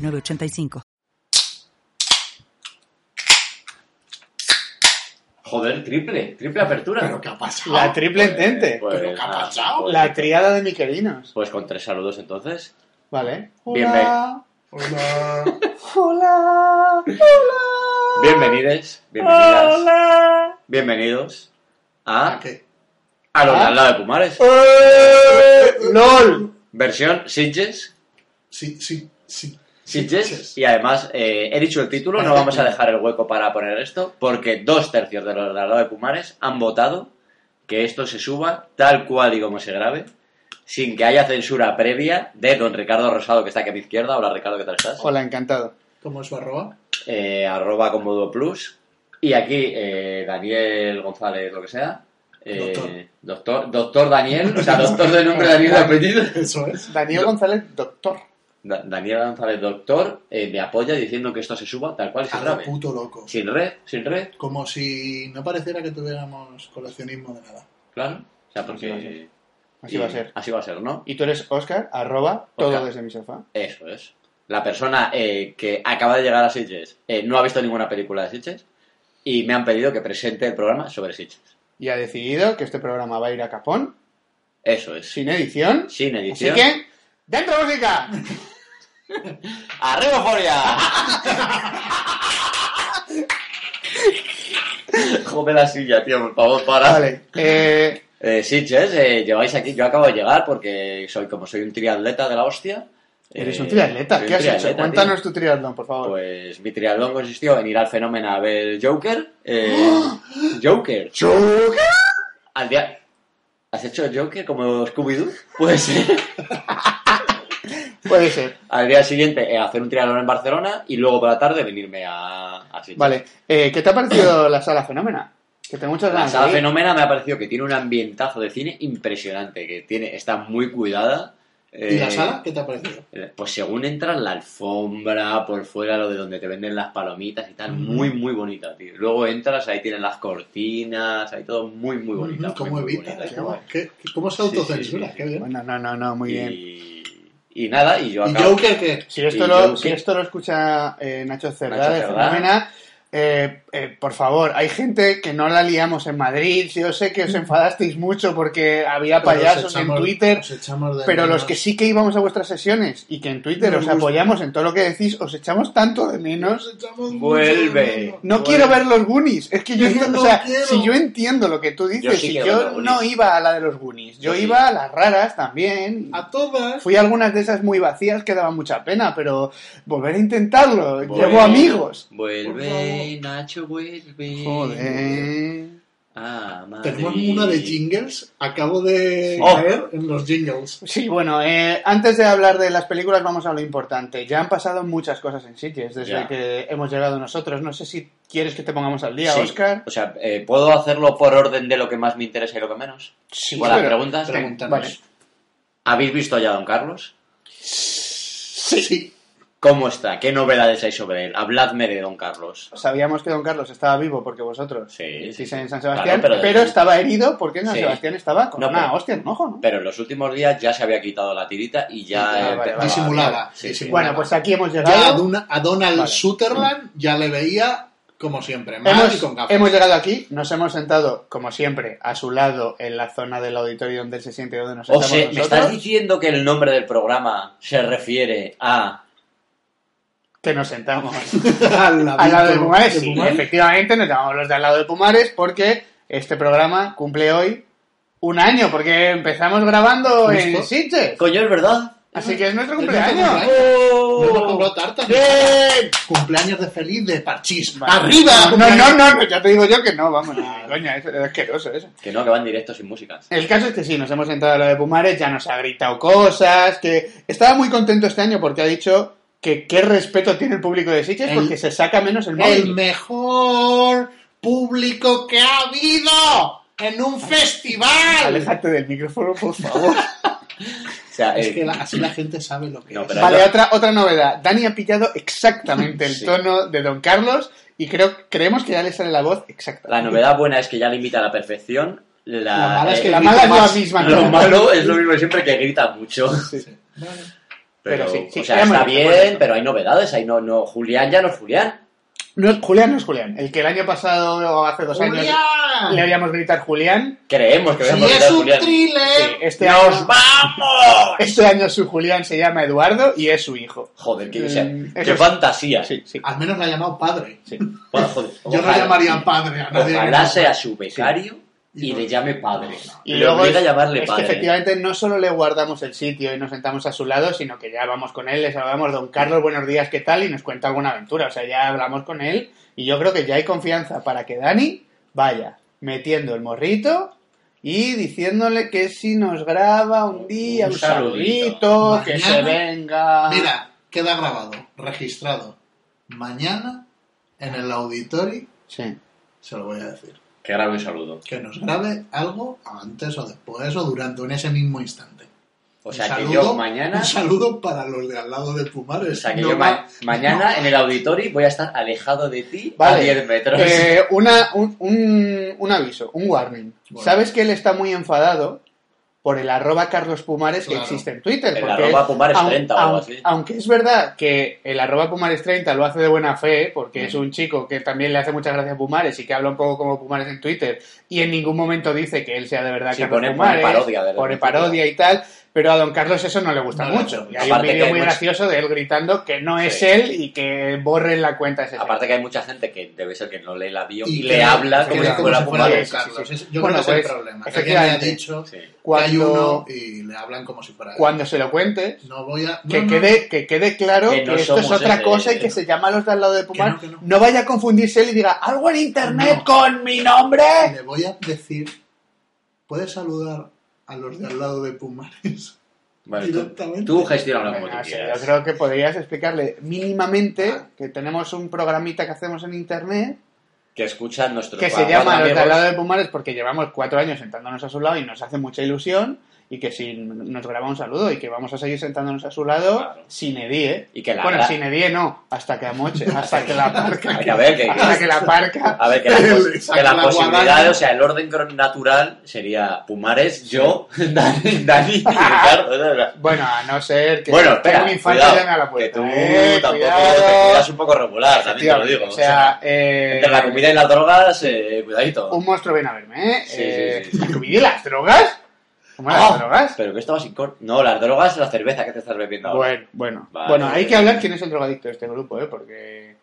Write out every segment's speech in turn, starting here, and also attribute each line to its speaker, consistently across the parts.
Speaker 1: 985.
Speaker 2: Joder, triple, triple apertura.
Speaker 3: ¿Pero qué ha pasado?
Speaker 4: La triple entente.
Speaker 2: Pues,
Speaker 3: ¿Pero qué ha
Speaker 2: nada,
Speaker 3: pasado?
Speaker 2: pues-
Speaker 4: La triada de miquelinos.
Speaker 2: Pues con tres saludos entonces.
Speaker 4: Vale.
Speaker 2: Bienven-
Speaker 3: Hola.
Speaker 4: Hola.
Speaker 2: Bienvenides, bienvenidas, bienvenidos a,
Speaker 3: ¿A Ah, qué?
Speaker 2: a los de
Speaker 4: Ah.
Speaker 2: al lado de Pumares.
Speaker 4: ¡Eh! ¡Lol!
Speaker 2: Versión Sitges,
Speaker 3: Sí, sí, sí.
Speaker 2: Sitges.
Speaker 3: Sitges.
Speaker 2: Y además, eh, he dicho el título, no vamos a dejar el hueco para poner esto, porque dos tercios de los de al lado de Pumares han votado que esto se suba tal cual y como se grabe, sin que haya censura previa de don Ricardo Rosado, que está aquí a mi izquierda. Hola Ricardo, ¿qué tal estás?
Speaker 4: Hola, encantado.
Speaker 3: ¿Cómo es su arroba?
Speaker 2: eh, arroba Comodo Plus. Y aquí eh, Daniel González, lo que sea. eh,
Speaker 3: Doctor.
Speaker 2: doctor. Doctor Daniel, o sea, doctor de nombre Daniel de apellido.
Speaker 3: Eso es.
Speaker 4: Daniel González, doctor.
Speaker 2: Da- Daniel González, doctor, eh, me apoya diciendo que esto se suba tal cual y se
Speaker 3: A lo
Speaker 2: grabe.
Speaker 3: puto loco.
Speaker 2: Sin red, sin red,
Speaker 3: Como si no pareciera que tuviéramos coleccionismo de nada.
Speaker 2: claro. O sea,
Speaker 4: Así va a
Speaker 2: porque.
Speaker 4: ser. Así va a ser.
Speaker 2: Así va a ser, ¿no?
Speaker 4: Y tú eres Oscar, arroba,
Speaker 2: Oscar.
Speaker 4: todo desde mi sofá.
Speaker 2: Eso es. La persona eh, que acaba de llegar a Sitges eh, no ha visto ninguna película de Sitges y me han pedido que presente el programa sobre Sitges.
Speaker 4: Y ha decidido que este programa va a ir a capón,
Speaker 2: Eso es.
Speaker 4: sin edición.
Speaker 2: Sin
Speaker 4: Así
Speaker 2: edición.
Speaker 4: que, ¡dentro música!
Speaker 2: ¡Arriba, Foria! Joder la silla, tío, por favor, para.
Speaker 4: Vale. Eh,
Speaker 2: Eh, Sitges, eh, lleváis aquí, yo acabo de llegar porque soy como soy un triatleta de la hostia.
Speaker 4: eres
Speaker 2: eh,
Speaker 4: un triatleta.
Speaker 2: soy
Speaker 4: ¿Qué
Speaker 2: un
Speaker 4: has hecho?
Speaker 2: triatleta, tío.
Speaker 4: Cuéntanos tu triatlón, por favor.
Speaker 2: Pues mi triatlón consistió en ir al fenómeno a ver Joker. eh, Joker. Pues- Al día... ¿Has hecho Joker como Scooby-Doo? Pues...
Speaker 4: Puede ser.
Speaker 2: Al día siguiente eh, hacer un triatlón en Barcelona y luego por la tarde venirme a, a Sitges.
Speaker 4: Vale. Eh, ¿Qué te ha parecido la sala fenómena? Que tengo
Speaker 3: Pues
Speaker 4: muchas
Speaker 2: La
Speaker 4: ganas. ¿eh?
Speaker 2: sala
Speaker 4: de ir.
Speaker 2: Fenómena me ha parecido que tiene un ambientazo de cine impresionante, que tiene, está muy cuidada.
Speaker 3: ¿Y la
Speaker 2: eh,
Speaker 3: sala? ¿Qué te ha parecido?
Speaker 2: eh, Pues según entras la alfombra, por fuera lo de donde te venden las palomitas y
Speaker 3: Mm.
Speaker 2: tal, muy muy bonita, tío. Luego entras, ahí tienen las cortinas, ahí todo muy muy bonita. muy,
Speaker 3: Mm, ¿Cómo
Speaker 2: muy
Speaker 3: evita?
Speaker 2: bonita,
Speaker 3: eh?
Speaker 2: tío.
Speaker 3: ¿Cómo, qué- qué- cómo
Speaker 2: Sí,
Speaker 3: se
Speaker 2: sí,
Speaker 3: autocensura?
Speaker 2: sí, sí.
Speaker 3: Qué bien.
Speaker 4: Bueno, Pues no, no, no, muy bien.
Speaker 2: y, y nada, y yo
Speaker 3: ¿Y
Speaker 2: acabo.
Speaker 3: Joker qué?
Speaker 4: Si esto,
Speaker 2: y
Speaker 4: lo,
Speaker 2: yo-
Speaker 4: si esto lo escucha eh, Nacho Cerdá
Speaker 2: Nacho
Speaker 4: de
Speaker 2: Cerdá.
Speaker 4: Fenómena, eh, eh, por favor, hay gente que no la liamos en Madrid. Yo sé
Speaker 2: Mm.
Speaker 4: que os enfadasteis mucho porque había
Speaker 3: Pero los
Speaker 4: payasos en
Speaker 3: echamos-
Speaker 4: Twitter.
Speaker 3: los echamos de
Speaker 4: Pero los
Speaker 3: menos.
Speaker 4: que sí que íbamos a vuestras sesiones y que en Twitter
Speaker 3: No
Speaker 4: os
Speaker 3: me gusta.
Speaker 4: apoyamos en todo lo que decís, os echamos tanto de menos.
Speaker 3: Nos echamos mucho
Speaker 2: Vuelve.
Speaker 3: de menos.
Speaker 4: No
Speaker 2: Bueno.
Speaker 4: quiero ver los Goonies. Es que yo,
Speaker 3: Yo
Speaker 4: entiendo,
Speaker 3: no
Speaker 4: o sea,
Speaker 3: quiero.
Speaker 4: si yo entiendo lo que tú
Speaker 2: Yo
Speaker 4: dices,
Speaker 2: sí
Speaker 4: si
Speaker 2: quiero ver los
Speaker 4: yo
Speaker 2: Goonies.
Speaker 4: no iba a la de los Goonies, yo
Speaker 2: Yo sí.
Speaker 4: iba a las raras también.
Speaker 3: A todas.
Speaker 4: Fui a algunas de esas muy vacías que daban mucha pena, pero volver a intentarlo,
Speaker 2: Vuelve,
Speaker 4: llevo amigos.
Speaker 3: Por
Speaker 2: Vuelve,
Speaker 3: favor.
Speaker 2: Nacho, vuelve.
Speaker 4: Joder.
Speaker 2: Ah, madre.
Speaker 3: Tenemos una de jingles. Acabo de
Speaker 4: Oh.
Speaker 3: caer en los jingles.
Speaker 4: Sí, bueno, eh, antes de hablar de las películas vamos a lo importante. Ya han pasado muchas cosas en Sitges desde
Speaker 2: Ya.
Speaker 4: que hemos llegado nosotros. No sé si quieres que te pongamos al día,
Speaker 2: Sí.
Speaker 4: Oscar.
Speaker 2: O sea, eh, ¿puedo hacerlo por orden de lo que más me interesa y lo que menos?
Speaker 4: Sí,
Speaker 2: Con las
Speaker 4: pero-
Speaker 2: preguntas.
Speaker 3: Preguntanos.
Speaker 4: vale.
Speaker 2: ¿Habéis visto ya a Don Carlos?
Speaker 3: Sí.
Speaker 2: ¿Cómo está? ¿Qué novedades hay sobre él? Habladme de Don Carlos.
Speaker 4: Sabíamos que Don Carlos estaba vivo porque vosotros
Speaker 2: Sí, sí,
Speaker 4: sí,
Speaker 2: sí.
Speaker 4: en San Sebastián,
Speaker 2: Claro,
Speaker 4: pero,
Speaker 2: pero-
Speaker 4: estaba herido porque en San
Speaker 2: Sí.
Speaker 4: Sebastián estaba con
Speaker 2: No,
Speaker 4: una
Speaker 2: pero-
Speaker 4: hostia en un ojo, ¿no?
Speaker 2: Pero en los últimos días ya se había quitado la tirita y ya...
Speaker 4: Ah,
Speaker 2: eh, empezaba
Speaker 4: vale, vale.
Speaker 2: a-
Speaker 3: Disimulaba,
Speaker 2: Sí, sí.
Speaker 3: disimulaba.
Speaker 4: Bueno, pues aquí hemos
Speaker 3: Ya a,
Speaker 4: llegado.
Speaker 3: Duna- a Donald
Speaker 4: Vale.
Speaker 3: Sutherland ya le veía como siempre, mal y
Speaker 4: Hemos, em-
Speaker 3: con gafas.
Speaker 4: hemos llegado aquí, nos hemos sentado, como siempre, a su lado en la zona del auditorio donde él se siente donde nos
Speaker 2: O
Speaker 4: sentamos
Speaker 2: sea, ¿me
Speaker 4: nosotros,
Speaker 2: estás diciendo que el nombre del programa se refiere a...
Speaker 4: que nos sentamos
Speaker 3: al lado,
Speaker 4: al lado de Pumares.
Speaker 3: de
Speaker 4: Sí,
Speaker 3: Pumares.
Speaker 4: efectivamente, nos llamamos los de al lado de Pumares porque este programa cumple hoy un año, porque empezamos grabando
Speaker 3: Justo.
Speaker 4: en Sitges.
Speaker 2: Coño, ¿es verdad?
Speaker 4: Así que es nuestro
Speaker 3: Es nuestro
Speaker 4: cumpleaños.
Speaker 3: cumpleaños. No hemos
Speaker 2: ¡Oh!
Speaker 3: comprado tartas.
Speaker 4: ¡Bien!
Speaker 3: Cumpleaños de feliz de parchís.
Speaker 4: ¡Arriba! No, no, no, no, ya te digo yo que no, vamos, no, coña, es es asqueroso eso.
Speaker 2: Que no, que van directo sin música.
Speaker 4: El caso es que sí, nos hemos sentado a la de Pumares, ya nos ha gritado cosas, que estaba muy contento este año porque ha dicho que qué respeto tiene el público de Sitges
Speaker 3: El-
Speaker 4: porque se saca menos el móvil.
Speaker 3: El mejor público que ha habido en un festival.
Speaker 4: Aléjate del micrófono, por favor.
Speaker 2: O sea,
Speaker 3: Es
Speaker 2: eh,
Speaker 3: que la- así la gente sabe lo que
Speaker 2: No,
Speaker 3: es.
Speaker 2: pero-
Speaker 4: vale, otra, otra novedad. Dani ha pillado exactamente el
Speaker 2: Sí.
Speaker 4: tono de Don Carlos y creo, creemos que ya le sale la voz exacta.
Speaker 2: la novedad buena es que ya limita a la perfección. La,
Speaker 3: Lo malo es que
Speaker 2: eh,
Speaker 4: la
Speaker 3: grita
Speaker 4: mala es la
Speaker 3: más.
Speaker 4: misma.
Speaker 2: lo
Speaker 4: ¿no?
Speaker 2: malo es lo mismo de siempre que grita mucho.
Speaker 4: Sí.
Speaker 3: Vale.
Speaker 2: Pero,
Speaker 4: Pero sí, sí,
Speaker 2: o sea,
Speaker 4: éramos
Speaker 2: está
Speaker 4: de acuerdo,
Speaker 2: bien,
Speaker 4: ¿no?
Speaker 2: pero hay novedades. Ahí no, no, Julián ya no es Julián.
Speaker 4: No es- Julián no es Julián. El que el año pasado o hace dos años
Speaker 3: ¡Julián!
Speaker 4: le habíamos gritar Julián.
Speaker 2: Creemos que
Speaker 3: Si
Speaker 2: vemos
Speaker 3: es un
Speaker 2: Julián. Eh,
Speaker 4: Sí,
Speaker 3: thriller,
Speaker 4: este,
Speaker 2: ¡Nos
Speaker 4: año,
Speaker 2: vamos!
Speaker 4: este año su Julián se llama Eduardo y es su hijo.
Speaker 2: Joder, qué,
Speaker 4: Mm,
Speaker 2: o sea,
Speaker 4: eso
Speaker 2: qué
Speaker 4: es-
Speaker 2: fantasía.
Speaker 4: Sí, sí.
Speaker 3: al menos la ha llamado padre.
Speaker 4: sí.
Speaker 2: Bueno, joder,
Speaker 3: Yo no
Speaker 2: ojalá-
Speaker 3: llamaría padre a nadie.
Speaker 2: Ojalá sea su becario y
Speaker 3: Y
Speaker 2: le
Speaker 3: no-
Speaker 2: llame padre.
Speaker 4: Y
Speaker 2: Le
Speaker 4: luego
Speaker 2: obliga
Speaker 4: es-
Speaker 2: a llamarle
Speaker 4: es que
Speaker 2: padre. ¿eh?
Speaker 4: efectivamente no solo le guardamos el sitio y nos sentamos a su lado, sino que ya vamos con él, le saludamos, don Carlos, buenos días, ¿qué tal? Y nos cuenta alguna aventura. O sea, ya hablamos con él y yo creo que ya hay confianza para que Dani vaya metiendo el morrito y diciéndole que si nos graba un día, un,
Speaker 2: Un
Speaker 4: saludito,
Speaker 3: saludito.
Speaker 4: que
Speaker 3: Mañana,
Speaker 4: se venga.
Speaker 2: Ah.
Speaker 3: Mira, queda grabado, registrado. Mañana, en el auditorio,
Speaker 4: Sí.
Speaker 3: se lo voy a decir.
Speaker 2: Que grabe un saludo.
Speaker 3: Que nos grabe algo antes o después o durante en ese mismo instante.
Speaker 2: O
Speaker 3: Un
Speaker 2: sea, que
Speaker 3: saludo-
Speaker 2: yo mañana.
Speaker 3: Un saludo para los de al lado de Pumares.
Speaker 2: O sea, que
Speaker 3: No
Speaker 2: yo
Speaker 3: va-
Speaker 2: ma- mañana en el auditorio voy a estar alejado de ti a
Speaker 4: Vale.
Speaker 2: 10 metros.
Speaker 4: Eh, una, un, un- un aviso, un warning.
Speaker 3: Bueno.
Speaker 4: Sabes que él está muy enfadado por el arroba Carlos Pumares
Speaker 3: Claro.
Speaker 4: que existe en Twitter.
Speaker 2: El
Speaker 4: porque
Speaker 2: arroba Pumares
Speaker 4: aun-
Speaker 2: 30 o algo
Speaker 4: aun-
Speaker 2: así.
Speaker 4: Aunque es verdad que el arroba Pumares 30 lo hace de buena fe, porque
Speaker 2: Mm.
Speaker 4: es un chico que también le hace muchas gracias a Pumares y que habla un poco como Pumares en Twitter y en ningún momento dice que él sea de verdad
Speaker 2: Sí,
Speaker 4: Carlos
Speaker 2: pone- pone
Speaker 4: Pumares,
Speaker 2: parodia, ¿verdad?
Speaker 4: pone parodia y tal. Pero a don Carlos eso no le gusta
Speaker 3: No le
Speaker 4: mucho.
Speaker 3: gusta.
Speaker 4: Y hay un
Speaker 2: Aparte que
Speaker 4: vídeo
Speaker 2: hay
Speaker 4: muy
Speaker 2: mucho-
Speaker 4: gracioso de él gritando que no es
Speaker 2: Sí.
Speaker 4: él y que borren la cuenta ese señor.
Speaker 2: Aparte que hay mucha gente que debe ser que no lee la bio y,
Speaker 3: que
Speaker 2: le
Speaker 3: no-
Speaker 2: habla
Speaker 3: que
Speaker 2: como
Speaker 3: no
Speaker 2: si fuera
Speaker 3: es
Speaker 4: como si fuera
Speaker 2: Pumares.
Speaker 4: él.
Speaker 3: Carlos.
Speaker 4: sí, sí.
Speaker 3: Es- Yo
Speaker 4: Bueno,
Speaker 3: creo que es
Speaker 4: pues,
Speaker 3: el problema. Que alguien le ha
Speaker 4: efectivamente.
Speaker 3: dicho
Speaker 2: Sí.
Speaker 3: que hay
Speaker 4: cuando,
Speaker 3: uno y le hablan como si fuera él.
Speaker 4: cuando se lo cuentes,
Speaker 3: No voy a... no,
Speaker 4: que,
Speaker 3: no,
Speaker 4: quede, que quede claro
Speaker 2: Que
Speaker 4: que,
Speaker 2: no
Speaker 4: esto es
Speaker 2: somos
Speaker 4: otra
Speaker 2: ese- eh,
Speaker 4: cosa y que se llama a los de al lado de Pumar.
Speaker 3: Que no, que no.
Speaker 4: vaya a confundirse él y diga algo en internet
Speaker 3: No.
Speaker 4: con mi nombre.
Speaker 3: Le voy a decir... ¿Puedes saludar a los de al lado de Pumares?
Speaker 2: Bueno, tú,
Speaker 3: Directamente.
Speaker 2: tú gestiónalo como
Speaker 4: Bueno,
Speaker 2: tú
Speaker 4: o sea,
Speaker 2: quieras.
Speaker 4: yo creo que podrías explicarle mínimamente que tenemos un programita que hacemos en internet
Speaker 2: Que escuchan nuestros
Speaker 4: que se
Speaker 2: programas,
Speaker 4: llama Los de
Speaker 2: amigos.
Speaker 4: al lado de Pumares porque llevamos cuatro años sentándonos a su lado y nos hace mucha ilusión y que si nos graba un saludo y que vamos a seguir sentándonos a su lado
Speaker 2: Claro.
Speaker 4: sin edie.
Speaker 2: Y que la
Speaker 4: bueno,
Speaker 2: gra-
Speaker 4: sin edie no, hasta que amoche, hasta que la parca.
Speaker 2: Hay que ver que-
Speaker 4: hasta que la parca.
Speaker 2: A ver, que la, pos-
Speaker 3: Le
Speaker 2: que
Speaker 3: saca
Speaker 2: la
Speaker 3: la
Speaker 2: posibilidad,
Speaker 3: guadaña.
Speaker 2: o sea, el orden cron- natural sería Pumares, yo, Dani, Dani y Ricardo. o sea,
Speaker 4: Bueno, a no ser que
Speaker 2: bueno,
Speaker 4: que
Speaker 2: espera,
Speaker 4: un infante
Speaker 2: cuidado,
Speaker 4: llame a la
Speaker 2: que
Speaker 4: puerta.
Speaker 2: tú
Speaker 4: eh,
Speaker 2: tampoco te
Speaker 4: cuidado,
Speaker 2: cuidas un poco regular, también te lo digo.
Speaker 4: O sea, eh,
Speaker 2: entre la comida y las drogas, eh, cuidadito.
Speaker 4: un monstruo viene a verme, ¿eh?
Speaker 2: Sí,
Speaker 4: eh
Speaker 2: sí, sí, sí.
Speaker 4: ¿La comida y las drogas? ¿Cómo las
Speaker 2: Ah,
Speaker 4: drogas?
Speaker 2: Pero que esto va sin cor... No, las drogas, la cerveza que te estás bebiendo ahora.
Speaker 4: Bueno, bueno.
Speaker 2: Vale.
Speaker 4: Bueno, hay que hablar quién es el drogadicto de este grupo, ¿eh? Porque...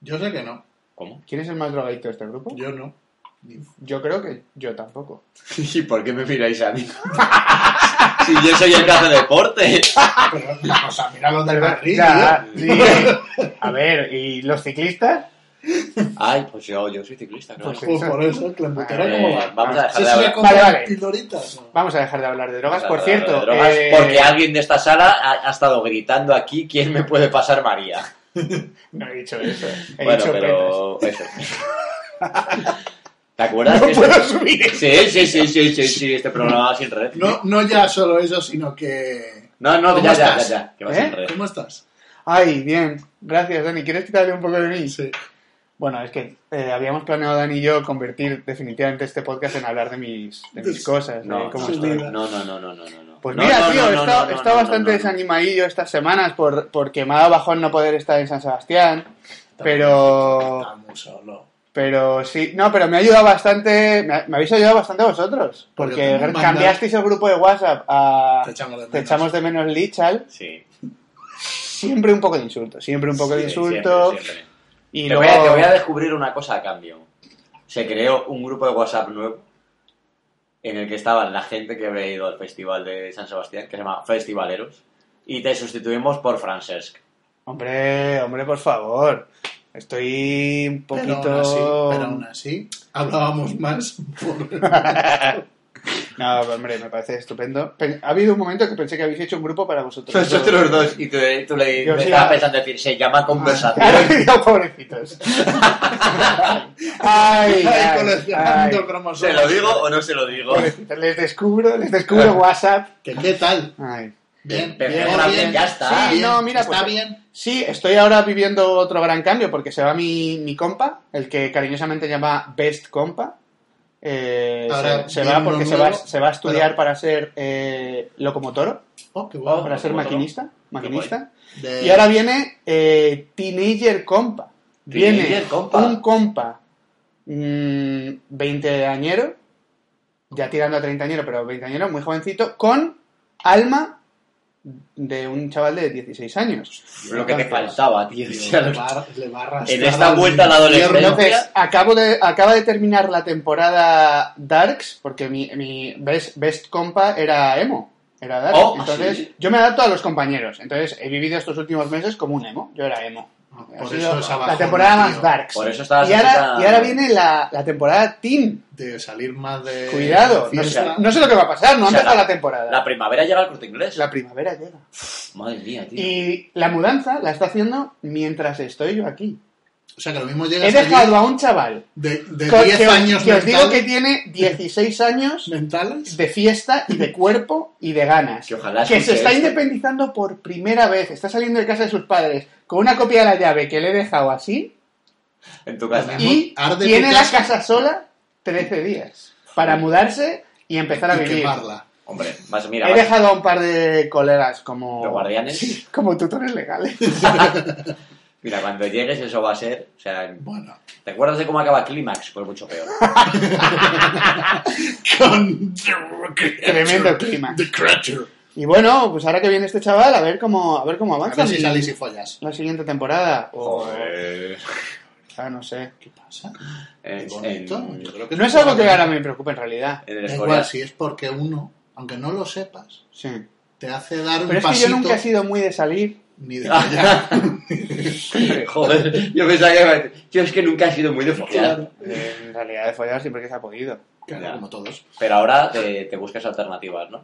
Speaker 3: Yo sé que no.
Speaker 2: ¿Cómo?
Speaker 4: ¿Quién es el más drogadicto de este grupo?
Speaker 3: Yo no. Ni-
Speaker 4: Yo creo que yo tampoco.
Speaker 2: ¿Y por qué me miráis a mí? si yo soy el que hace deporte.
Speaker 3: Pero, o sea, mira los del
Speaker 4: ¿Verdad?
Speaker 3: Madrid,
Speaker 4: Ah. Ya,
Speaker 3: tío.
Speaker 4: sí. A ver, ¿y los ciclistas?
Speaker 2: Ay, pues yo, yo soy ciclista, claro.
Speaker 4: Pues sí.
Speaker 3: Pues por eso, Clementera,
Speaker 2: Eh,
Speaker 3: ¿cómo va? Ah,
Speaker 2: vamos a dejar de
Speaker 3: ¿Sí se le
Speaker 2: hablar.
Speaker 3: compran
Speaker 4: Vale, vale.
Speaker 3: pildoritas?
Speaker 4: Vamos a dejar de hablar de drogas.
Speaker 2: Vamos a
Speaker 4: Por
Speaker 2: hablar de
Speaker 4: cierto,
Speaker 2: drogas,
Speaker 4: eh,
Speaker 2: porque alguien de esta sala ha, ha estado gritando aquí quién me puede pasar María.
Speaker 4: no he dicho eso. He
Speaker 2: bueno,
Speaker 4: dicho petas.
Speaker 2: pero eso. ¿Te acuerdas? que
Speaker 4: No puedo
Speaker 2: esto-
Speaker 4: subir eso.
Speaker 2: Sí, sí, sí, sí, sí, sí, este programa va sin red.
Speaker 3: No, no ya solo eso, sino que...
Speaker 2: no, no,
Speaker 3: ¿Cómo
Speaker 2: ya, ya, ya,
Speaker 3: estás?
Speaker 2: ya, que va
Speaker 4: ¿Eh?
Speaker 2: sin red.
Speaker 3: ¿Cómo estás?
Speaker 4: Ay, bien. Gracias, Dani. ¿Quieres quitarle un poco de mí?
Speaker 3: Sí.
Speaker 4: Bueno, es que eh, habíamos planeado, Dani y yo, convertir definitivamente este podcast en hablar de mis, de mis cosas. de
Speaker 2: No,
Speaker 4: cómo
Speaker 2: no,
Speaker 4: estoy.
Speaker 2: no, no, no, no, no, no, no.
Speaker 4: Pues
Speaker 2: No,
Speaker 4: mira,
Speaker 2: no,
Speaker 4: tío,
Speaker 2: no,
Speaker 4: he
Speaker 2: no,
Speaker 4: estado,
Speaker 2: no,
Speaker 4: he estado
Speaker 2: no,
Speaker 4: bastante
Speaker 2: no, no.
Speaker 4: desanimadillo estas semanas por, porque me ha dado bajón no poder estar en San Sebastián. Pero,
Speaker 3: Estamos solo.
Speaker 4: pero sí, no, pero me ha ayudado bastante, me, ha- me habéis ayudado bastante vosotros.
Speaker 3: Porque
Speaker 4: Porque
Speaker 3: también
Speaker 4: cambiasteis el grupo de WhatsApp a
Speaker 3: Te echamos de menos.
Speaker 4: Te echamos de menos Lichal.
Speaker 2: Sí.
Speaker 4: Siempre un poco de insulto, siempre un poco de
Speaker 2: sí,
Speaker 4: insulto.
Speaker 2: siempre, siempre.
Speaker 4: Y
Speaker 2: te,
Speaker 4: luego...
Speaker 2: voy a, te voy a descubrir una cosa a cambio. Se creó un grupo de WhatsApp nuevo en el que estaban la gente que había ido al festival de San Sebastián, que se llama Festivaleros, y te sustituimos por Francesc.
Speaker 4: Hombre, hombre, por favor. Estoy un poquito.
Speaker 3: Pero aún así, pero aún así hablábamos más por,
Speaker 4: No, hombre, me parece estupendo. Pe- Ha habido un momento que pensé que habéis hecho un grupo para vosotros.
Speaker 5: Nosotros dos, y tú, eh, tú le
Speaker 4: Yo
Speaker 5: me
Speaker 4: sí,
Speaker 5: estaba
Speaker 4: ah.
Speaker 5: pensando decir, se llama conversación.
Speaker 4: Ay, Dios, pobrecitos. Ay, ay,
Speaker 3: Ay,
Speaker 4: ay,
Speaker 3: coleccionando cromosomas.
Speaker 5: ¿Se lo digo o no se lo digo?
Speaker 4: Pobrecitos, Les descubro, les descubro WhatsApp.
Speaker 3: ¿Qué, qué tal?
Speaker 4: Ay.
Speaker 3: Bien,
Speaker 5: Pero
Speaker 3: bien,
Speaker 5: ahora
Speaker 3: bien.
Speaker 5: ya está.
Speaker 4: Sí,
Speaker 3: Bien,
Speaker 4: no, mira,
Speaker 3: está
Speaker 4: pues-
Speaker 3: bien.
Speaker 4: Sí, estoy ahora viviendo otro gran cambio porque se va mi, mi compa, el que cariñosamente llama Best Compa. Eh,
Speaker 3: Ahora
Speaker 4: se, se
Speaker 3: viene
Speaker 4: va
Speaker 3: uno
Speaker 4: porque se va,
Speaker 3: nuevo,
Speaker 4: se va a estudiar
Speaker 3: pero-
Speaker 4: para ser eh, locomotoro,
Speaker 3: Oh, qué
Speaker 2: Oh,
Speaker 3: guapo.
Speaker 4: para ser
Speaker 2: locomotoro.
Speaker 4: maquinista. maquinista.
Speaker 3: De-
Speaker 4: Y ahora viene eh, Teenager Compa. Viene
Speaker 2: Teenager compa.
Speaker 4: un compa mm, veinteañero, ya tirando a treintañero, pero veinteañero, muy jovencito, con alma de un chaval de 16 años.
Speaker 2: Lo que te faltaba, tío.
Speaker 3: Dios,
Speaker 2: Ya
Speaker 3: le
Speaker 2: lo-
Speaker 3: va- le va a arrastrar
Speaker 2: En esta
Speaker 3: al
Speaker 2: vuelta a la
Speaker 3: infierno.
Speaker 2: adolescencia.
Speaker 4: Entonces, acabo de, acaba de terminar la temporada Darks, porque mi, mi best, best compa era emo. Era Darks.
Speaker 2: Oh,
Speaker 4: Entonces,
Speaker 2: sí.
Speaker 4: yo me adapto a los compañeros. Entonces, he vivido estos últimos meses como un emo. Yo era emo. Ha
Speaker 3: Por
Speaker 4: sido
Speaker 3: eso es abajo.
Speaker 4: la temporada
Speaker 3: tío,
Speaker 4: más Darks.
Speaker 2: Por eso estabas
Speaker 4: y, ahora,
Speaker 2: ahorita-
Speaker 4: y ahora viene la, la temporada Teen.
Speaker 3: De salir más de.
Speaker 4: Cuidado. No sé,
Speaker 3: fiesta.
Speaker 4: no sé lo que va a pasar, no
Speaker 2: O
Speaker 4: ha
Speaker 2: sea,
Speaker 4: empezado
Speaker 2: la-
Speaker 4: la temporada.
Speaker 2: La primavera llega al corte inglés.
Speaker 4: la primavera llega.
Speaker 2: Madre mía, tío.
Speaker 4: Y la mudanza la está haciendo mientras estoy yo aquí.
Speaker 3: O sea, que lo mismo
Speaker 4: He
Speaker 3: llegas allí
Speaker 4: dejado a un chaval
Speaker 3: de, de
Speaker 4: Co-
Speaker 3: 10
Speaker 4: que os-
Speaker 3: años
Speaker 4: que os digo que
Speaker 3: mentales-
Speaker 4: tiene 16 años
Speaker 3: mentales.
Speaker 4: de fiesta y de cuerpo y de ganas.
Speaker 2: Que ojalá
Speaker 4: Que se
Speaker 2: escuche
Speaker 4: está
Speaker 2: esto.
Speaker 4: independizando por primera vez. Está saliendo de casa de sus padres con una copia de la llave que le he dejado así
Speaker 2: En tu casa.
Speaker 4: y
Speaker 3: Arde tu
Speaker 4: tiene la
Speaker 3: casa.
Speaker 4: casa sola 13 días para mudarse y empezar a
Speaker 3: Y
Speaker 4: vivir.
Speaker 3: quemarla.
Speaker 2: Hombre, más mira,
Speaker 4: He
Speaker 2: más-
Speaker 4: dejado a un par de colegas como,
Speaker 2: De guardianes.
Speaker 4: Sí, como tutores legales.
Speaker 2: mira, cuando llegues eso va a ser. O sea,
Speaker 3: Bueno,
Speaker 2: ¿te acuerdas de cómo acaba Clímax? Pues mucho peor.
Speaker 3: con.
Speaker 4: Tremendo clima.
Speaker 3: The Creature.
Speaker 4: Y bueno, pues ahora que viene este chaval, a ver cómo, a ver cómo
Speaker 3: A
Speaker 4: avanza.
Speaker 3: ver si
Speaker 4: Y-
Speaker 3: salís y follas.
Speaker 4: La siguiente temporada. O,
Speaker 2: Joder.
Speaker 4: ah, no sé.
Speaker 3: ¿Qué pasa?
Speaker 2: En-
Speaker 3: bonito.
Speaker 2: en-
Speaker 3: Yo creo que
Speaker 4: No es algo que ahora me preocupe en realidad.
Speaker 2: en el
Speaker 3: Da
Speaker 2: Escorial.
Speaker 3: igual si es porque uno, aunque no lo sepas,
Speaker 4: Sí.
Speaker 3: te hace dar un
Speaker 4: Pero es que
Speaker 3: pasito
Speaker 4: yo nunca he sido muy de salir.
Speaker 3: ni de allá.
Speaker 2: Joder, yo pensaba que iba a decir, Tío, es que nunca he sido muy de follar.
Speaker 4: En realidad, de follar siempre que se ha podido.
Speaker 3: Claro, como todos.
Speaker 2: Pero ahora te, te buscas alternativas, ¿no?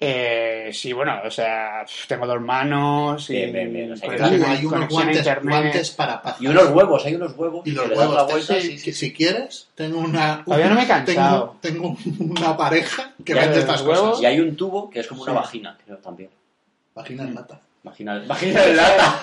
Speaker 4: Eh, sí, bueno, o sea, tengo dos manos y
Speaker 2: Bien, bien, bien, o sea, que Claro,
Speaker 4: conexión-
Speaker 3: Luego hay unos
Speaker 4: conexión a
Speaker 3: guantes,
Speaker 4: internet.
Speaker 3: guantes para paz.
Speaker 2: Y unos huevos, hay unos huevos.
Speaker 3: Y los
Speaker 2: que le das la
Speaker 3: huevos.
Speaker 2: vuelta,
Speaker 3: te-
Speaker 2: sí, sí.
Speaker 3: que Si quieres, tengo una.
Speaker 4: Todavía no me he
Speaker 3: tengo,
Speaker 4: cansado.
Speaker 3: tengo una pareja que
Speaker 2: Ya,
Speaker 3: vende
Speaker 2: los
Speaker 3: estas
Speaker 4: huevos.
Speaker 3: cosas.
Speaker 2: Y hay un tubo que es como una
Speaker 4: Sí.
Speaker 2: vagina, creo también.
Speaker 3: Vagina
Speaker 4: Mm.
Speaker 3: en lata.
Speaker 2: Vagina, vagina de lata.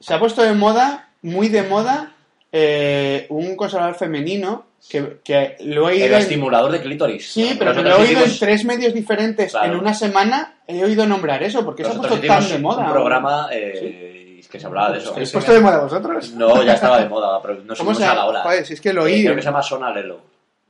Speaker 4: Se ha puesto de moda, muy de moda, eh, un consolador femenino que, que lo he
Speaker 2: El
Speaker 4: ido. en-
Speaker 2: estimulador de clítoris.
Speaker 4: Sí, pero que
Speaker 2: Nosotros
Speaker 4: lo he oído en
Speaker 2: hicimos-
Speaker 4: tres medios diferentes
Speaker 2: Claro.
Speaker 4: en una semana. He oído nombrar eso, porque se ha
Speaker 2: nosotros
Speaker 4: puesto tan
Speaker 2: hicimos
Speaker 4: de moda.
Speaker 2: un programa eh, que se hablaba de eso.
Speaker 4: ¿Habéis puesto de moda vosotros?
Speaker 2: No, ya estaba de moda, pero no
Speaker 4: pues. ¿Cómo
Speaker 2: subimos
Speaker 4: se
Speaker 2: a la
Speaker 4: llama?
Speaker 2: ola.
Speaker 4: Joder, si es que lo
Speaker 2: Eh,
Speaker 4: oí.
Speaker 2: creo que se llama Sonalelo.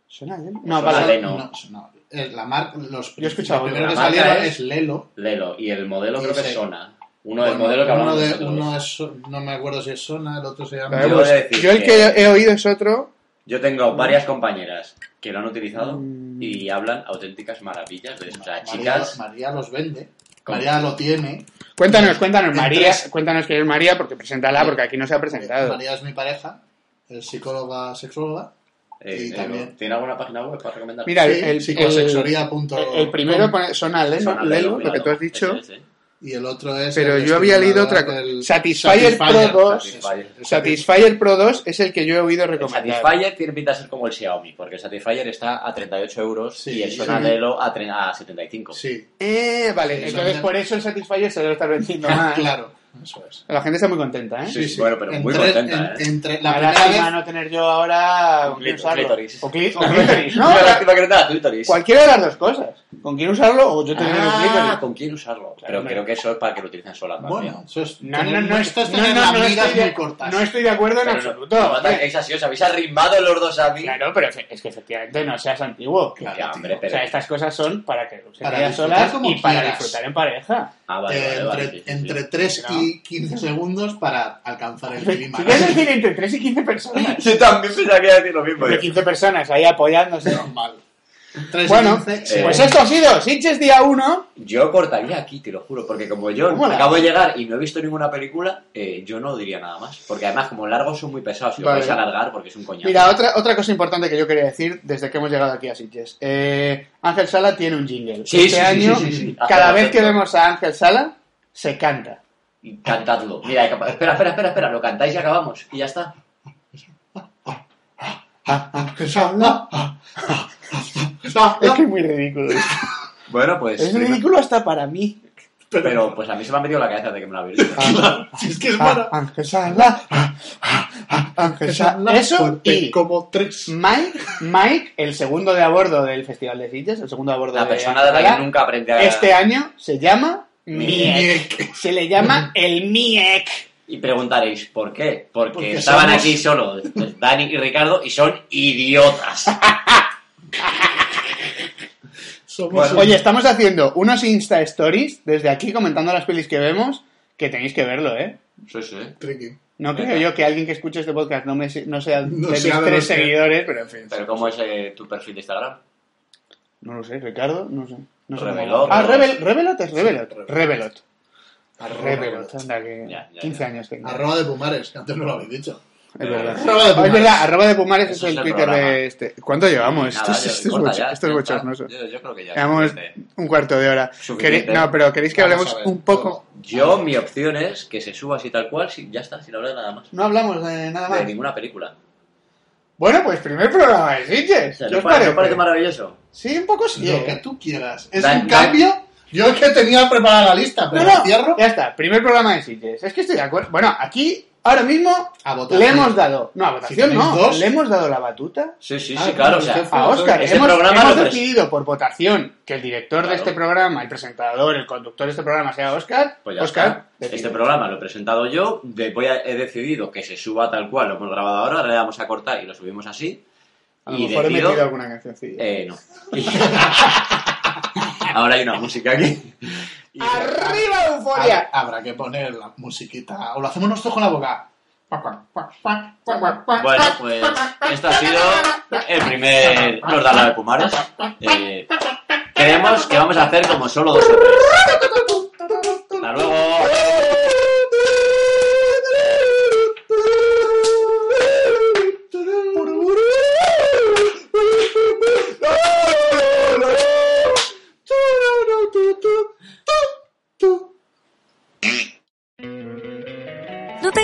Speaker 4: ¿Suena bien? No,
Speaker 2: Suena
Speaker 4: vale.
Speaker 2: bien. Leno.
Speaker 3: No, no, eh, la marca, los
Speaker 4: Yo he escuchado
Speaker 3: lo
Speaker 4: que
Speaker 2: la
Speaker 3: primero que
Speaker 2: marca
Speaker 3: salieron
Speaker 2: es-
Speaker 3: es Lelo.
Speaker 2: Lelo. Y el modelo
Speaker 3: Y
Speaker 2: creo que
Speaker 3: ese-
Speaker 2: es Sona. Uno del
Speaker 3: Bueno,
Speaker 2: modelo que hablamos
Speaker 3: uno de-
Speaker 2: nosotros.
Speaker 3: uno es- no me acuerdo si es Sona, el otro se llama.
Speaker 2: Yo voy a decir
Speaker 4: Yo el que he oído es otro.
Speaker 2: Yo tengo varias compañeras que lo han utilizado
Speaker 4: Mm.
Speaker 2: y hablan auténticas maravillas de esto. O sea,
Speaker 3: María-
Speaker 2: chicas.
Speaker 3: María los vende.
Speaker 2: ¿Cómo?
Speaker 3: María lo tiene.
Speaker 4: Cuéntanos, cuéntanos,
Speaker 3: En
Speaker 4: María.
Speaker 3: tres.
Speaker 4: Cuéntanos quién es María, porque preséntala, porque aquí no se ha presentado.
Speaker 3: María es mi pareja, es psicóloga sexóloga.
Speaker 2: eh,
Speaker 3: Y
Speaker 2: eh,
Speaker 3: también-
Speaker 2: ¿Tiene alguna página web para recomendar?
Speaker 4: Mira,
Speaker 3: Sí,
Speaker 4: el, el,
Speaker 3: psicosexoría.com.
Speaker 4: el- el primero pone- suena Leno,
Speaker 2: Sona
Speaker 4: Lelo, lo
Speaker 2: claro,
Speaker 4: que tú has dicho.
Speaker 2: ese, ese.
Speaker 3: Y el otro es.
Speaker 4: Pero
Speaker 3: el
Speaker 4: yo había leído otra cosa.
Speaker 3: estimulador del-
Speaker 4: Satisfyer Pro 2.
Speaker 2: Satisfyer.
Speaker 3: Eso,
Speaker 4: Satisfyer Pro 2 es el que yo he oído
Speaker 2: El
Speaker 4: recomendar.
Speaker 2: Satisfyer tiene pinta de ser como el Xiaomi, porque el Satisfyer está a 38 euros
Speaker 3: Sí,
Speaker 2: y el
Speaker 3: sí.
Speaker 2: Sonadelo a, tre- a 75.
Speaker 3: Sí,
Speaker 4: Eh,
Speaker 3: Sí,
Speaker 4: vale, entonces
Speaker 3: son-
Speaker 4: por eso el Satisfyer se debe estar vendiendo más.
Speaker 3: claro. Eso es.
Speaker 4: La gente está muy contenta, ¿eh?
Speaker 2: Sí, bueno, pero muy contenta,
Speaker 3: en-
Speaker 2: ¿eh?
Speaker 3: entre-
Speaker 4: La
Speaker 3: la primera
Speaker 4: lástima
Speaker 3: vez,
Speaker 4: no tener yo ahora con quién
Speaker 2: clítoris.
Speaker 4: usarlo.
Speaker 2: Clítoris.
Speaker 4: O cli- o clítoris, ¿no?
Speaker 2: Una lástima que no tenga clítoris.
Speaker 3: Ah,
Speaker 4: Cualquiera de las dos cosas. ¿Con quién usarlo o yo tener un
Speaker 2: Ah,
Speaker 4: clítoris?
Speaker 2: ¿con quién usarlo? Pero
Speaker 4: hombre.
Speaker 2: creo que eso es para que lo utilicen solas. más
Speaker 3: bueno,
Speaker 2: bien.
Speaker 3: eso es.
Speaker 4: No, no, no,
Speaker 3: esto es
Speaker 4: no,
Speaker 3: tener
Speaker 4: no,
Speaker 3: las
Speaker 4: no
Speaker 3: migas
Speaker 4: estoy de-
Speaker 3: muy cortas.
Speaker 4: No eh. estoy de acuerdo en
Speaker 2: Pero no-
Speaker 4: absoluto.
Speaker 2: no ataquéis así, os habéis arrimado los dos a mí.
Speaker 4: Claro, pero es- es que efectivamente no seas antiguo.
Speaker 3: Claro,
Speaker 2: Ya, hombre,
Speaker 3: tío.
Speaker 4: O
Speaker 2: pero-
Speaker 4: sea, estas cosas son para que se
Speaker 3: Para
Speaker 4: vean
Speaker 3: disfrutar
Speaker 4: solas
Speaker 3: como
Speaker 4: y para
Speaker 3: quieras.
Speaker 4: disfrutar en pareja.
Speaker 2: Ah,
Speaker 3: Eh,
Speaker 2: vale, vale,
Speaker 3: entre,
Speaker 2: vale, sí, sí, sí.
Speaker 3: entre 3 y 15 segundos para alcanzar el
Speaker 4: Si
Speaker 3: clima.
Speaker 4: quieres decir entre 3 y 15 personas.
Speaker 2: Yo también pensaba que iba a decir lo mismo.
Speaker 4: Entre
Speaker 2: yo.
Speaker 4: 15 personas ahí apoyándose.
Speaker 3: Normal. Tres y
Speaker 4: Bueno,
Speaker 3: quince,
Speaker 2: eh,
Speaker 4: pues esto ha sido Sitges día 1.
Speaker 2: Yo cortaría aquí, te lo juro, porque como yo
Speaker 4: ¿Cómo la-
Speaker 2: acabo de llegar y no he visto ninguna película, eh, yo no diría nada más. Porque además, como largos son muy pesados, y lo
Speaker 4: Vale.
Speaker 2: vais a alargar porque es un coñazo.
Speaker 4: Mira, otra, otra cosa importante que yo quería decir desde que hemos llegado aquí a Sitges. Eh, Ángel Sala tiene un jingle.
Speaker 2: Sí, sí,
Speaker 4: este
Speaker 2: sí,
Speaker 4: año,
Speaker 2: sí, sí, sí.
Speaker 4: cada
Speaker 2: Hace
Speaker 4: vez
Speaker 2: bastante.
Speaker 4: que vemos a Ángel Sala, se canta.
Speaker 2: Y Cantadlo. Mira, hay que- espera, espera, espera, espera, lo cantáis y acabamos. Y ya está.
Speaker 3: ah, ah, que se habla, ah, ah, ah,
Speaker 4: Es
Speaker 3: ah.
Speaker 4: que es muy ridículo.
Speaker 2: Bueno, pues.
Speaker 4: Es
Speaker 2: prima-
Speaker 4: ridículo hasta para mí.
Speaker 2: Pero pues a mí se me ha metido la cabeza de que me la habéis dicho.
Speaker 3: Si es que es
Speaker 4: Ah,
Speaker 3: para.
Speaker 4: Ángel Sala, ah, ah, ah, Ángel Sala. Eso
Speaker 3: Ponte
Speaker 4: y
Speaker 3: pues
Speaker 4: Mm.
Speaker 3: como tres.
Speaker 4: Mike, Mike, el segundo de a bordo del Festival de Sitges, el segundo de a bordo
Speaker 2: La
Speaker 4: Ah, de
Speaker 2: persona de la que
Speaker 4: Ángel
Speaker 2: nunca aprende a.
Speaker 4: Sala, este año se llama Miek.
Speaker 3: Miek.
Speaker 4: Se le llama el Miek.
Speaker 2: Y preguntaréis, ¿por qué? Porque,
Speaker 3: Porque
Speaker 2: estaban
Speaker 3: somos-
Speaker 2: aquí solo Dani y Ricardo y son idiotas.
Speaker 3: Somos
Speaker 2: Bueno,
Speaker 4: Oye, estamos haciendo unos Insta Stories desde aquí comentando las pelis que vemos, que tenéis que verlo, ¿eh?
Speaker 2: Sí, sí.
Speaker 3: un triqui.
Speaker 4: No
Speaker 2: Venga.
Speaker 4: creo yo que alguien que escuche este podcast no, me, se- no sea
Speaker 3: No
Speaker 4: de
Speaker 3: sea
Speaker 4: mis
Speaker 3: de
Speaker 4: tres
Speaker 3: los que-
Speaker 4: seguidores, pero en fin.
Speaker 2: Pero ¿cómo es eh, tu perfil de Instagram?
Speaker 4: No lo sé, Ricardo, no sé. No sé cómo-
Speaker 2: Revelot,
Speaker 4: Ah,
Speaker 2: Revelot.
Speaker 4: Revel, Revelot es Revelot.
Speaker 3: Revelot.
Speaker 4: Revelot.
Speaker 3: Arroba,
Speaker 4: Revelot. Anda que
Speaker 2: Ya, ya,
Speaker 4: 15
Speaker 2: ya.
Speaker 4: años tengo.
Speaker 3: arroba de Pumares, que antes no lo habéis dicho.
Speaker 4: Es verdad.
Speaker 3: Arroba de
Speaker 4: Oh, es
Speaker 3: Pumares.
Speaker 4: verdad, arroba de Pumares es
Speaker 2: Eso
Speaker 4: el
Speaker 2: es el
Speaker 4: Twitter
Speaker 2: programa.
Speaker 4: de este. ¿Cuánto llevamos? Esto
Speaker 2: Nada,
Speaker 4: es-
Speaker 2: yo-
Speaker 4: esto es
Speaker 2: corta
Speaker 4: boch-
Speaker 2: ya,
Speaker 4: esto es
Speaker 2: ya está.
Speaker 4: bochornoso.
Speaker 2: Yo, yo creo que ya.
Speaker 4: Llevamos un cuarto de hora.
Speaker 2: Suficiente.
Speaker 4: Quere- No, pero ¿queréis que
Speaker 3: Vamos
Speaker 4: hablemos
Speaker 3: a ver,
Speaker 4: un poco?
Speaker 2: Yo, mi opción es que se suba así tal cual, sin- ya está, sin hablar nada más.
Speaker 4: No hablamos de nada
Speaker 2: De
Speaker 4: más.
Speaker 2: ninguna película.
Speaker 4: Bueno, pues primer programa de
Speaker 2: O
Speaker 4: Sitges.
Speaker 2: sea,
Speaker 4: ¿Qué
Speaker 2: ¿no pare-
Speaker 4: os parece? pues.
Speaker 2: no parece maravilloso?
Speaker 4: Sí, un poco sí.
Speaker 3: Lo
Speaker 4: ¿eh?
Speaker 3: que tú quieras. Es
Speaker 2: Dan-
Speaker 3: un cambio. Yo es que tenía preparada la lista, pero
Speaker 4: No,
Speaker 3: la
Speaker 4: no,
Speaker 3: cierro.
Speaker 4: ya está. Primer programa de Sitges. Es que estoy de acuerdo. Bueno, aquí, ahora mismo,
Speaker 3: A votación.
Speaker 4: le hemos dado... No, a
Speaker 3: Si
Speaker 4: votación
Speaker 3: tenéis
Speaker 4: no.
Speaker 3: dos.
Speaker 4: Le hemos dado la batuta
Speaker 2: Sí, sí,
Speaker 3: Ah,
Speaker 2: sí, claro. O
Speaker 3: claro,
Speaker 4: pues,
Speaker 2: sea,
Speaker 3: usted fue-
Speaker 4: a Oscar.
Speaker 2: Este
Speaker 4: hemos
Speaker 2: programa
Speaker 4: hemos
Speaker 2: lo pres-
Speaker 4: decidido por votación que el director de
Speaker 2: Claro.
Speaker 4: este programa, el presentador, el conductor de este programa sea Oscar.
Speaker 2: pues ya
Speaker 4: Oscar,
Speaker 2: está.
Speaker 4: decide.
Speaker 2: Este programa lo he presentado yo. de- voy a- he decidido que se suba tal cual, lo hemos grabado ahora, le damos a cortar y lo subimos así.
Speaker 4: A lo
Speaker 2: y
Speaker 4: mejor
Speaker 2: decido-
Speaker 4: he metido alguna cancioncilla.
Speaker 2: Eh, no. Ahora hay una música aquí. Y-
Speaker 4: ¡Arriba,
Speaker 3: Habrá,
Speaker 4: euforia!
Speaker 3: habrá que poner la musiquita. O lo hacemos nosotros con la boca.
Speaker 2: Bueno, pues este ha sido el primer Los da de Pumares. Eh, creemos que vamos a hacer como solo dos. o tres. Hasta luego.
Speaker 6: ¿No te